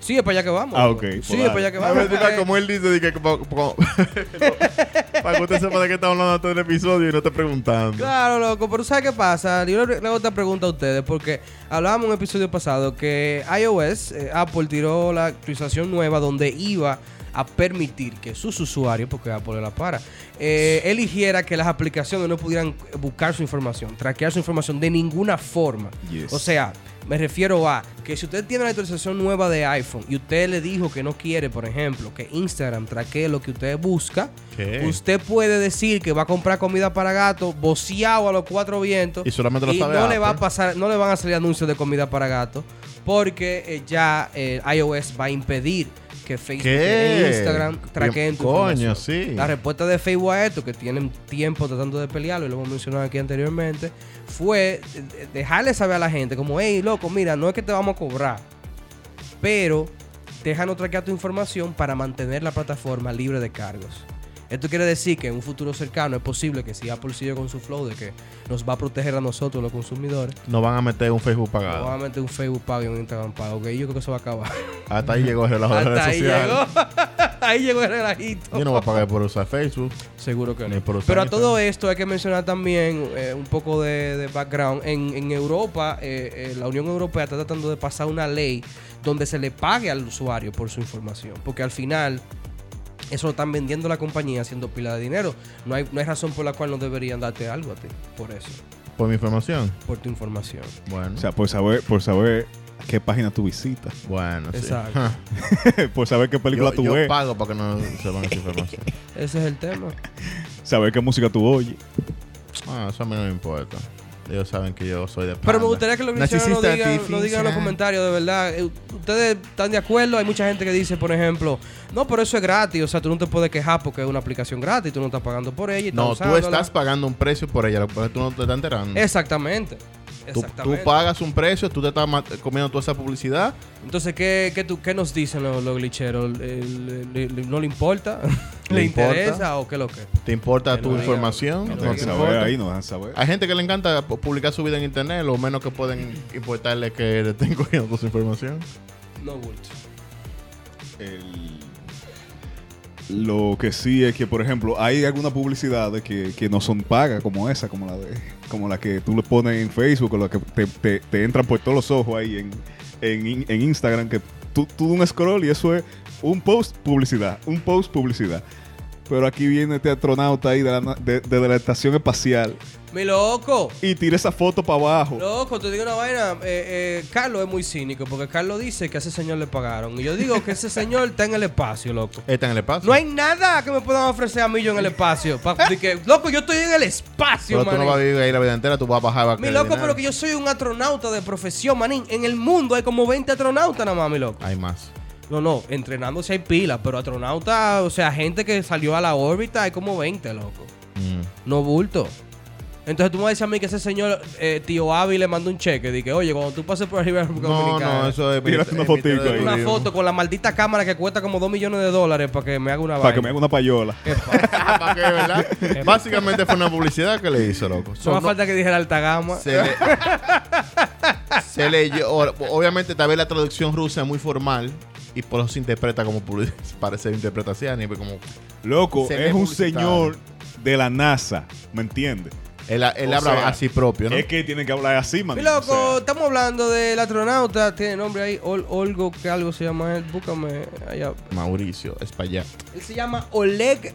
Sigue para allá que vamos.
Ah,
loco.
ok, pues
Sigue
dale.
para allá que
A
vamos. eh,
ver, mira,
porque-
como él dice, di que- como- como- *laughs* para que usted sepa de qué está hablando todo el episodio y no esté preguntando.
Claro, loco, pero ¿sabes qué pasa? Yo le le hago esta pregunta a ustedes porque hablábamos en un episodio pasado que iOS, eh, Apple tiró la actualización nueva donde iba a permitir que sus usuarios, porque Apple la para, eh, eligiera que las aplicaciones no pudieran buscar su información, traquear su información de ninguna forma.
Yes.
O sea, me refiero a que si usted tiene la actualización nueva de iPhone y usted le dijo que no quiere, por ejemplo, que Instagram traquee lo que usted busca,
¿Qué?
usted puede decir que va a comprar comida para gato, boceado a los cuatro vientos.
Y solamente lo
y
sabe
no le
Apple.
va a pasar, no le van a salir anuncios de comida para gato, porque eh, ya eh, iOS va a impedir que Facebook
¿Qué?
e Instagram traqueen tu
Coño,
información.
sí.
La respuesta de Facebook a esto, que tienen tiempo tratando de pelearlo, y lo hemos mencionado aquí anteriormente, fue eh, dejarle saber a la gente, como, hey, loco, mira, no es que te vamos a cobrar, pero déjanos traquear tu información para mantener la plataforma libre de cargos. Esto quiere decir que en un futuro cercano es posible que si Apple sigue con su flow de que nos va a proteger a nosotros los consumidores,
Nos van a meter un Facebook pagado.
probablemente un Facebook pago y un Instagram pago, que yo creo que eso va a acabar.
Hasta ahí llegó el relajo de
Hasta
redes
ahí llegó. *laughs*
sociales.
ahí llegó el relajito.
Yo no voy a pagar por usar Facebook.
Seguro que
Ni
no.
por usar
Pero a
Instagram.
todo esto hay que mencionar también eh, un poco de, de background. En, en Europa, eh, eh, la Unión Europea está tratando de pasar una ley donde se le pague al usuario por su información. Porque al final, eso lo están vendiendo la compañía haciendo pila de dinero. No hay, no hay razón por la cual no deberían darte algo a ti por eso,
Por mi información.
por tu información.
Bueno.
O sea, por saber, por saber qué página tú visitas, *laughs*
bueno, sí.
Exacto.
Ja.
por saber qué película
yo,
tú
yo
ves,
pago para que no se van
*laughs*
esa información.
Ese es el tema.
saber qué música tú oyes.
Ah, eso a mí no me importa. Ellos saben que yo soy de
Pero me
panda.
gustaría que los licheros lo
Narcisista
digan, lo digan en los
artificial.
comentarios, de verdad. Eh, ¿Ustedes están de acuerdo? Hay mucha gente que dice, por ejemplo, no, pero eso es gratis. O sea, tú no te puedes quejar porque es una aplicación gratis, tú no estás pagando por ella. Y
No,
estás
tú
usándola".
estás pagando un precio por ella, lo que pasa es que tú no te estás enterando.
Exactamente.
Tú,
Exactamente.
tú pagas un precio, tú te estás ma- comiendo toda esa publicidad.
Entonces, ¿qué, qué, tú, ¿qué nos dicen los, los glitcheros? ¿Le- le- le- le- ¿No le importa? *laughs* ¿Le,
Le importa.
interesa o qué lo que?
¿Te importa
Que
tu
lo diga,
información?
No
que lo
te dejan
diga.
saber ahí, no dejan saber.
Hay gente que le encanta pu- publicar su vida en internet, lo menos que pueden importarle que le estén *laughs* cogiendo toda su información.
No, bulto.
El- Lo que sí es que, por ejemplo, hay algunas publicidades que, que no son pagas, como esa, como la de, como la que tú le pones en Facebook, o la que te, te- te entran por todos los ojos ahí en, en- en Instagram, que tú, tú un scroll y eso es un post publicidad, un post publicidad. Pero aquí viene este astronauta ahí de la, na- de- de la estación espacial
Mi loco.
y tira esa foto para abajo.
Loco, te digo una vaina. eh, eh, Carlos es muy cínico porque Carlos dice que a ese señor le pagaron. Y yo digo que ese señor está en el espacio, loco.
Está en el espacio.
No hay nada que me puedan ofrecer a mí yo en el espacio. Pa- de que, loco, yo estoy en el espacio,
pero tú no
manín.
vas a vivir ahí la vida entera, tú vas a bajar. vas a
mi
querer
loco,
dinero.
pero que yo soy un astronauta de profesión, manín. En el mundo hay como 20 astronautas nada más, mi loco.
Hay más.
No, no, entrenándose hay pilas, pero astronauta, o sea, gente que salió a la órbita, hay como 20, loco.
Mm.
No bulto. Entonces tú me dices a mí que ese señor, eh, tío Avi, le mandó un cheque. Dije, oye, cuando tú pases por arriba de la República
No,
Dominicana,
no, eso es.
Tírate una
es mi teoría
fotico ahí.
de
una
turismo.
foto con la maldita cámara que cuesta como 2 millones de dólares para que me haga una
para que me
vaina.
haga una payola.
¿Qué pasa?
¿Para qué, verdad? *laughs* Básicamente fue una publicidad que le hizo, loco.
No
So,
hace
*laughs* no-
falta que dijera alta gama.
se, le, se leyó. o- Obviamente, tal vez la traducción rusa es muy formal y por eso se interpreta como publicidad. *laughs* Parece interpretación, y pues como.
Loco,
Se ve
es un
publicitario.
señor de la NASA, ¿me entiendes?
Él, él
O
habla
sea,
así propio, ¿no?
Es que tienen que hablar así, man.
Mi loco,
O sea,
estamos hablando del astronauta, tiene nombre ahí, Ol- Olgo, que algo se llama él, búscame allá.
Mauricio, es para allá.
Él se llama Oleg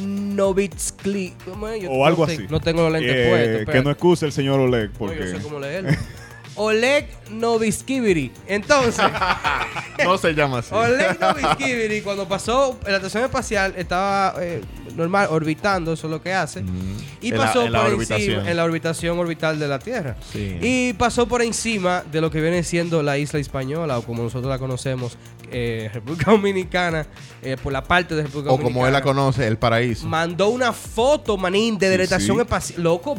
Novitskli. ¿Cómo es? Yo
O algo
no te-
así.
No tengo los lentes
eh,
puestos.
que no
espérate.
excuse el señor Oleg,
No, yo
porque
sé cómo leerlo. Oleg Novitskibiri. Entonces,
*laughs*
No se llama así.
Oleg Novitskibiri, cuando pasó en la estación espacial, estaba eh, normal, orbitando, eso es lo que hace. Y
En la-
pasó
en la
por
orbitación.
encima, en la orbitación orbital de la Tierra.
Sí.
Y pasó por encima de lo que viene siendo la isla española, o como nosotros la conocemos, eh, República *laughs* Dominicana, eh, por la parte de República
o
Dominicana.
como él la conoce, el paraíso.
Mandó una foto, manín, de
Sí,
la estación
sí.
espacial. Loco,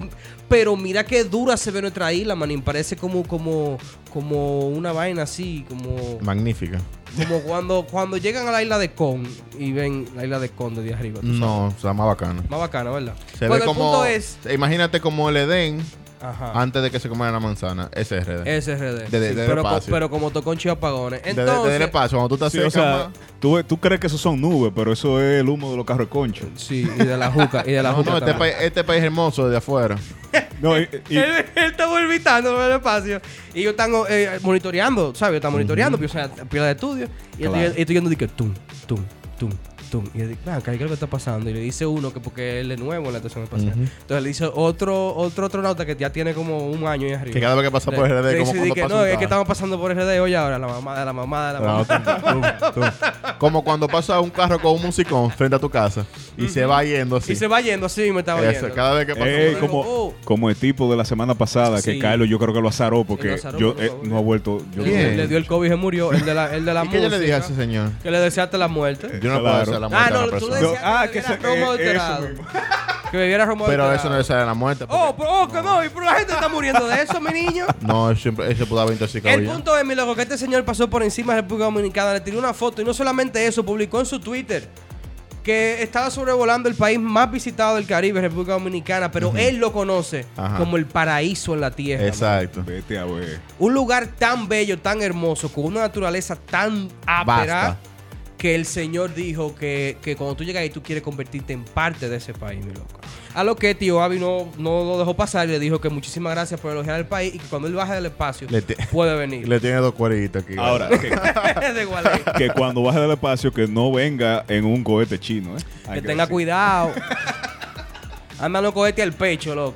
pero mira qué dura se ve nuestra isla, manín. Parece como, como, como una vaina así, como,
Magnífica.
como cuando, cuando llegan a la isla de Con y ven la isla de Con desde arriba. tú sabes.
No, o sea, más bacana.
Más bacana, ¿verdad?
Se
bueno,
ve como.
el punto es...
Imagínate como el Edén
Ajá.
antes de que se comiera la manzana. Ese es Edén.
SRD.
De- de-
Sí,
de
pero, co-
espacio.
pero como tocó en Chiapagones.
De- de- de-
Entonces,
del espacio, cuando tú estás
Sí,
cerca,
o sea,
más-
tú, tú crees que esos son nubes, pero eso es el humo de los carros de concho.
Sí, y de la juca, y de la
No,
juca.
no, este,
también.
país, este país hermoso desde afuera.
No, y- y-
*laughs* él, él está orbitando por el espacio. Y ellos están eh, monitoreando, ¿sabes? Yo están monitoreando, pues, o sea, pila de estudio. Y
Claro.
estoy, estoy yendo de que tum, tum, tum, tum. Y yo digo, "Ven acá, ¿qué es lo que está pasando? Y le dice uno que porque él es nuevo en la estación espacial. Entonces le dice otro, otro astronauta que ya tiene como un año y arriba.
Que cada vez que pasa
Le-
por RD,
le
como
dice,
cuando
di que,
pasa
No,
un
es que
carro". Ah,
estamos pasando por RD hoy ahora, la mamada, la mamada, la mamada.
Como cuando pasa un carro con un musicón frente a tu casa y se va yendo así.
Y se va yendo así, me estaba
Eso,
yendo.
cada vez que pasa
Ey,
por-
eh, como,
Oh.
como el tipo de la semana pasada
Sí.
que Carlos yo creo que lo azaró porque
Lo azaró,
yo
por
eh,
favor.
no ha vuelto yo
Bien.
Le, le dio el COVID y se murió. El de la, el de la
¿Y qué yo le dije a
música,
ese señor?
Que le deseaste la muerte.
Yo no puedo
Claro.
hacer la
Ah,
muerte a
no,
una
tú
persona.
decías-
ah
que
que se
era romo
eh, eso
alterado.
mismo.
Que bebiera romo
Pero eso
alterado.
no es la muerte.
Oh,
porque-
pero, oh, que no, y- pero la gente está muriendo de eso, mi niño.
No, eso siempre- eso pudo haber intoxicado
El
ya.
punto es, mi loco, que este señor pasó por encima de República Dominicana, le tiró una foto y no solamente eso, publicó en su Twitter que estaba sobrevolando el país más visitado del Caribe, República Dominicana, pero él lo conoce
Ajá.
como el paraíso en la tierra.
Exacto.
Vete a ver.
Un lugar tan bello, tan hermoso, con una naturaleza tan ápera
Basta.
que el Señor dijo que, que cuando tú llegas ahí tú quieres convertirte en parte de ese país, mi loco. A lo que tío Avi no, no lo dejó pasar y le dijo que muchísimas gracias por elogiar al país y que cuando él baje del espacio
Le te-
puede
Y
venir.
*laughs* Le Ah, tiene dos cueritos aquí.
Ahora, *laughs* que,
*laughs* De Gualey.
que cuando baje del espacio que no venga en un cohete chino, ¿eh? Hay
Que tenga
decir.
*laughs*
cuidado. Andan los cohetes al pecho, loco.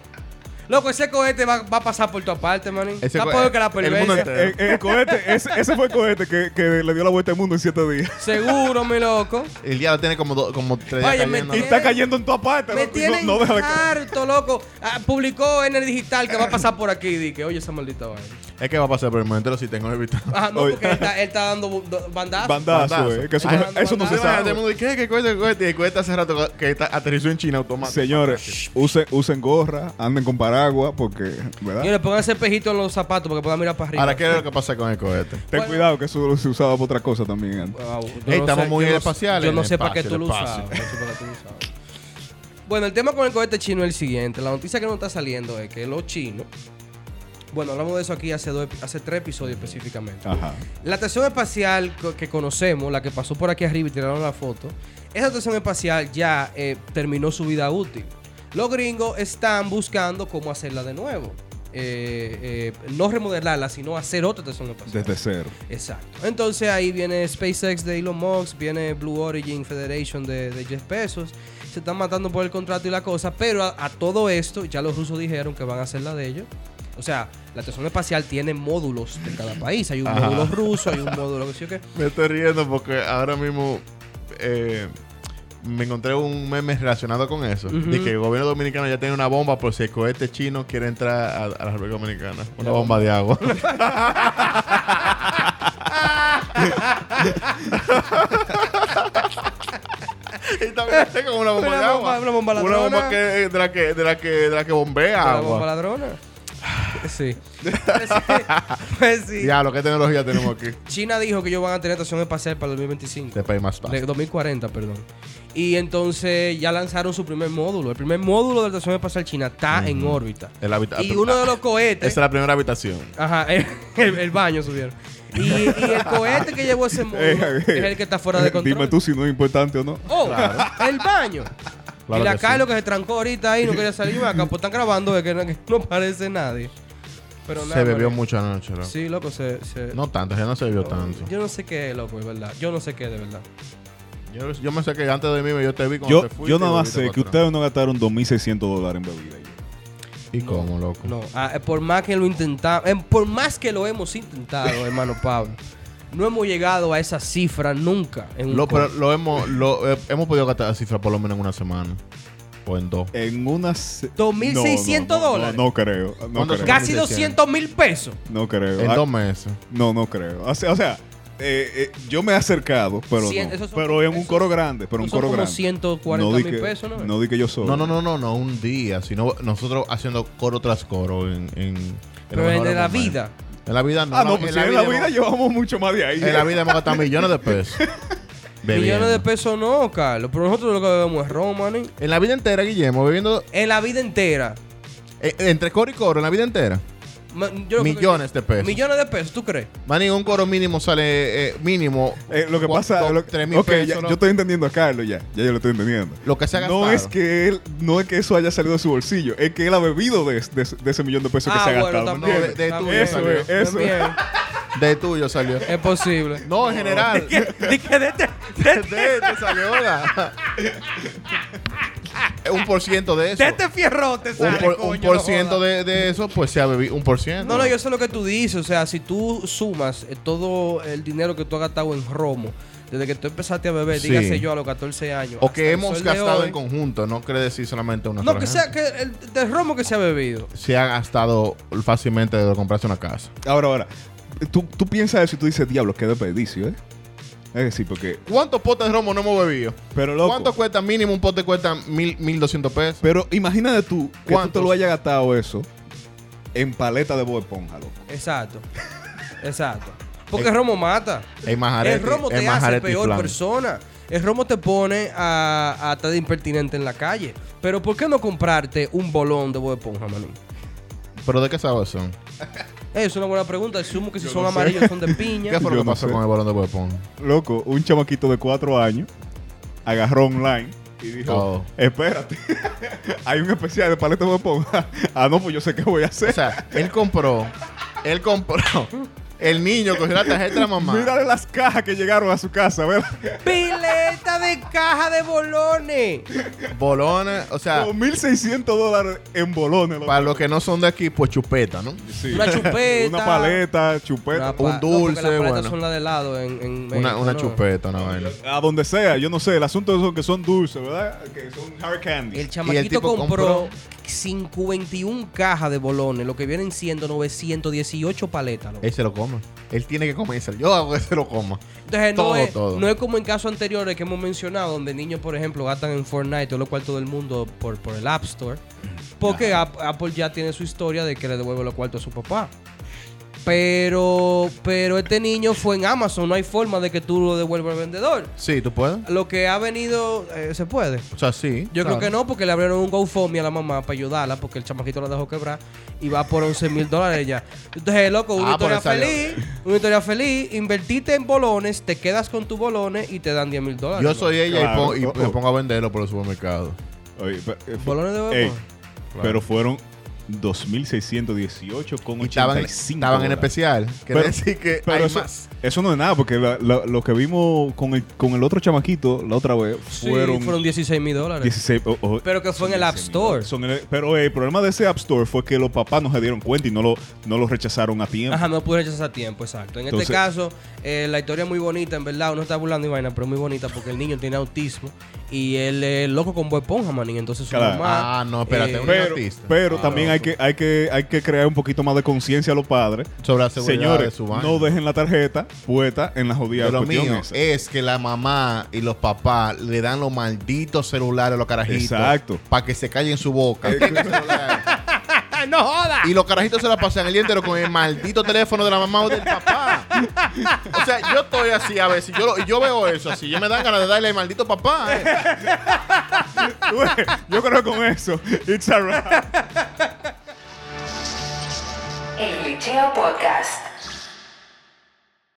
Loco, ese cohete va, va a pasar por tu aparte, manín.
Ese
Está
co-
peor que la
el mundo
perversa.
entero.
El, Eh, el cohete, ese, ese fue el cohete que, que le dio la vuelta al mundo en siete días.
Seguro, mi loco.
El diablo tiene como, do- como tres días
Oye,
cayendo.
Y
mentira.
está cayendo en toda parte.
Me
no-
tienen
no, no deja de caer.
harto, loco. Ah, publicó en el digital que va a pasar por aquí. Di que, oye, esa maldita vaina.
Es que va a pasar por el momento si
*laughs*
tengo evitado.
Ajá, no,
Oye.
porque él está, él está dando bu- do- bandazos.
Bandazo,
Bandazo.
eh, que eso,
Ay,
no, eso no se
bandazo.
sabe.
¿Qué? ¿Qué cohete? ¿Qué cohete? Y el cohete hace rato que está- aterrizó en China automático.
Señores, usen, usen gorra, anden con paraguas, porque, ¿verdad?
Señores, pongan ese pejito en los zapatos para que puedan mirar para arriba. Ah,
Ahora, ¿qué es lo que pasa con el cohete?
Ten
Bueno.
cuidado que eso se usaba para otra cosa también eh. antes.
Wow, yo
Ey, estamos
sé-
muy
yo no-
espaciales.
Yo no sé para qué
Espacio,
tú lo usabas.
espacio.
no sé para qué tú lo usabas. Bueno, el tema con el cohete chino es el siguiente. La noticia que nos está saliendo es que los chinos. Bueno, hablamos de eso aquí hace, dos epi- hace tres episodios específicamente.
Ajá.
La estación espacial co- que conocemos, la que pasó por aquí arriba y tiraron la foto, esa estación espacial ya eh, terminó su vida útil. Los gringos están buscando cómo hacerla de nuevo. Eh, eh, no remodelarla, sino hacer otra estación espacial.
Desde cero.
Exacto. Entonces ahí viene SpaceX de Elon Musk, viene Blue Origin Federation de, de Jeff Bezos. Se están matando por el contrato y la cosa, pero a, a todo esto ya los rusos dijeron que van a hacer la de ellos. O sea, la estación espacial tiene módulos de cada país. Hay un
Ajá.
módulo ruso, hay un módulo que sí o qué.
Me estoy riendo porque ahora mismo eh, me encontré un meme relacionado con eso.
Ujú.
De que el gobierno dominicano ya tiene una bomba por si el cohete chino quiere entrar a, a la República Dominicana. Una
La
bomba de agua. *laughs* y también hace como una bomba
Una
de
bomba-
agua.
una bomba
Una bomba
ladrona.
que, eh, de, la que, de, la que, de la que bombea
¿La
agua.
bomba ladrona? Sí. Pues sí. Pues sí.
Diablo, ¿qué tecnología tenemos aquí?
China dijo que ellos van a tener estación espacial para el 2025.
Este país más
De
fácil.
2040, perdón. Y entonces ya lanzaron su primer módulo. El primer módulo de la Estación Espacial China está en órbita.
El habita-
Y uno de los
ah, Esa
cohetes.
es la primera habitación.
Ajá, *laughs* el, el- el baño subieron. Y, y el cohete que
*laughs*
llevó ese módulo
Eh,
es el que está fuera de control.
Dime tú si no es importante o no.
Oh, el baño.
Claro
y la
que sí.
Carlos que se trancó ahorita ahí no quería salir
*laughs*
más. Capo, están grabando de que no, que no parece nadie. Pero nada,
Se bebió
vale.
mucho anoche, loco.
Sí, loco, se. se-
No tanto, ya no se bebió tanto.
Yo no sé qué es, loco, es verdad. Yo no sé qué, de verdad.
Yo, yo me sé que antes de mí yo te vi cuando
Yo,
te fuiste.
yo nada
y
más
volviste
sé que
para atrás.
ustedes no gastaron 2.600 dólares en bebida.
¿Y cómo, loco?
No, ah, eh, por más que lo intentamos, por más que lo hemos
*laughs*
intentado, hermano Pablo, no hemos llegado a esa cifra nunca. En un
Lo, pero
coro.
lo hemos, lo, eh, hemos podido gastar la cifra por lo menos en una semana. O en dos.
En unas...
¿2.600
No, no, no,
dólares?
No, no creo. No
¿Cuántos
creo.
son?
Casi 200 mil pesos.
No creo.
En
Ah,
dos meses.
No, no creo. O sea, o sea, eh, eh, yo me he acercado, pero
Cien-
no.
esos son-
pero en un
esos-
coro grande, pero un
esos son
coro
como
grande.
140
No di
mil
que-
pesos, ¿no?
No di que yo solo.
No, no, no, no, no, un día, sino nosotros haciendo coro tras coro en. en, en
Pero
los
en
mejores
la
momentos.
vida.
En la vida no.
Ah, no, pues
en
si en la vida
hemos-
llevamos mucho más de ahí.
En la vida hemos gastado millones de pesos. Bebiendo.
*laughs* Millones de pesos no, Carlos. Pero nosotros lo que bebemos es ron, manín.
En la vida entera, Guillermo, bebiendo.
En la vida entera.
eh, entre coro y coro, en la vida entera.
ma- yo no creo que-
Millones de pesos.
Millones de pesos, ¿tú crees?
Manín, un coro mínimo sale eh, mínimo.
Eh, lo que
cu-
pasa,
dos,
lo,
tres mil
ok, ya-
pesos, ¿no?
yo estoy entendiendo a Carlos ya, ya yo lo estoy entendiendo.
Lo que se ha
No
gastado.
es que él, no es que eso haya salido de su bolsillo, es que él ha bebido de, de- de ese millón de pesos que
ah,
se ha
bueno,
gastado. ¿me
también.
entiendes?
De- de tu-
también,
eso es, eso es.
también.
De tuyo salió.
Es
*laughs*
posible.
No,
*laughs*
en general.
Di que- di que de este- de este-
De este
*laughs*
salió, ¿verdad? un por ciento de eso.
de este fierrote
un
sale,
por,
coño,
un
no
por ciento
jodas.
de, de eso, pues se ha bebido un por ciento.
No, no, yo sé lo que tú dices. O sea, si tú sumas eh, todo el dinero que tú has gastado en romo, desde que tú empezaste a beber,
Sí.
dígase yo, a los 14 años.
O
hasta el
que hemos
sol de
gastado
hoy,
en conjunto, no quiere decir solamente una
No,
sola
que
gente.
sea que el del romo que se ha bebido.
Se ha gastado fácilmente de comprarse una casa.
Ahora, ahora, tú, tú piensas eso y tú dices, diablo, qué desperdicio, ¿eh? Es decir, porque...
¿Cuántos potes de romo no hemos bebido?
Pero loco,
¿Cuánto cuesta mínimo un pote? Cuesta mil, mil doscientos pesos.
pero imagínate tú que tú te
¿Cuántos?
lo hayas gastado eso en paleta de Bob Esponja, loco.
*laughs*
Exacto. Exacto. Porque el romo mata.
Es más
el
arete-
romo
Eh, es
te
más
hace
arete y
peor
flan.
persona. El romo te pone a, a estar impertinente en la calle. Pero ¿por qué no comprarte un bolón de Bob Esponja, manín?
¿Pero de qué sabor son?
Eh, Es una buena pregunta. Asumo que si
Yo
son
no sé.
amarillos son
*laughs*
de
¿Qué
piña.
Yo
fue lo que
no
pasó
sé.
con el balón
*laughs*
de huevón?
Loco, un chamaquito de cuatro años agarró online y dijo,
Oh.
espérate, *laughs* hay un especial de paleta de Bob Esponja. *laughs* ah, no, pues yo sé qué voy a hacer.
O sea, él compró. Él compró. *laughs* El niño cogió la tarjeta de la mamá.
Mírale las cajas que llegaron a su casa, ¿verdad?
Pileta de caja de bolones.
Pues, Bolones. O
Oh,
sea,
2.600 dólares en bolones. loco.
para los que no son de aquí, pues chupeta, ¿no?
Sí.
Una
*laughs*
chupeta.
Una paleta, chupeta.
Una pa- no, porque
dulce,
las paletas
bueno.
son las de helado en, en
Una,
México,
una
¿no?
chupeta, una vaina.
A donde sea, yo no sé. El asunto es eso, que son dulces, ¿verdad? Que son hard candy.
El chamaquito
tipo
compró,
compró-
51 cajas de bolones, lo que vienen siendo 918 paletas. loco.
Él se lo come. Él tiene que comerse. Yo hago que se lo coma.
Entonces, no,
todo,
es,
todo.
no es como en casos anteriores que hemos mencionado, donde niños, por ejemplo, gastan en Fortnite, todo lo cual todo el mundo por, por el App Store, porque App- Apple ya tiene su historia de que le devuelve los cuartos a su papá. Pero, pero este niño fue en Amazon, no hay forma de que tú lo devuelvas al vendedor.
Sí, ¿tú puedes?
Lo que ha venido, eh, se puede.
O sea, sí.
Yo
claro.
creo que no, porque le abrieron un GoFundMe a la mamá para ayudarla, porque el chamajito la dejó quebrar y va por 11 mil dólares ya. Entonces, eh, loco, una
Ah, por
historia
esa
feliz,
*laughs*
una historia feliz, invertiste en bolones, te quedas con tus bolones y te dan 10 mil dólares.
Yo
loco.
soy ella
Claro.
y, pon- y me pongo a venderlo por el supermercado.
Oye, pe- eh, fu-
Bolones de huevo.
Ey,
Claro.
Pero fueron 2.618 con
Y estaban,
85
estaban en
dólares.
especial. Quiere
Pero-
decir que
Pero
hay
eso,
más.
eso no es nada, porque la- la- lo que vimos con el, con el otro chamaquito la otra vez
Sí,
fueron,
fueron, 16 mil dólares.
16. o- o-
Pero que fue
son
en el App
16.000
Store.
Son el- pero eh, el problema de ese App Store fue que los papás no se dieron cuenta y no lo, no lo rechazaron a tiempo.
Ajá, no pude rechazar tiempo, exacto. En este
Entonces-
caso, eh, la historia es muy bonita, en verdad. Uno está burlando y vaina, pero es muy bonita porque el niño tiene autismo y él es loco con buen ponja, manín. Entonces su
Claro.
mamá. eh,
Ah, no, espérate, una-
Pero,
artista.
pero
Ah,
también hay que, hay, que, hay que crear un poquito más de conciencia a los padres.
Sobre la seguridad de
Señores,
su vaina.
no dejen la tarjeta puesta en la jodida
Pero lo
cuestión
mío
esa.
es que la mamá y los papás le dan los malditos celulares a los carajitos.
Exacto.
Para que se callen su boca. Tenga celular.
¡Ah, *laughs* ¡No joda!
y los carajitos se la pasan el día entero con el maldito teléfono de la mamá o del papá. O sea, yo estoy así a veces. Yo, lo- yo veo eso así. Yo me dan ganas de darle al maldito papá. eh.
Tú ves, *laughs* Yo creo que con eso, it's a wrap.
El Glitcheo Podcast.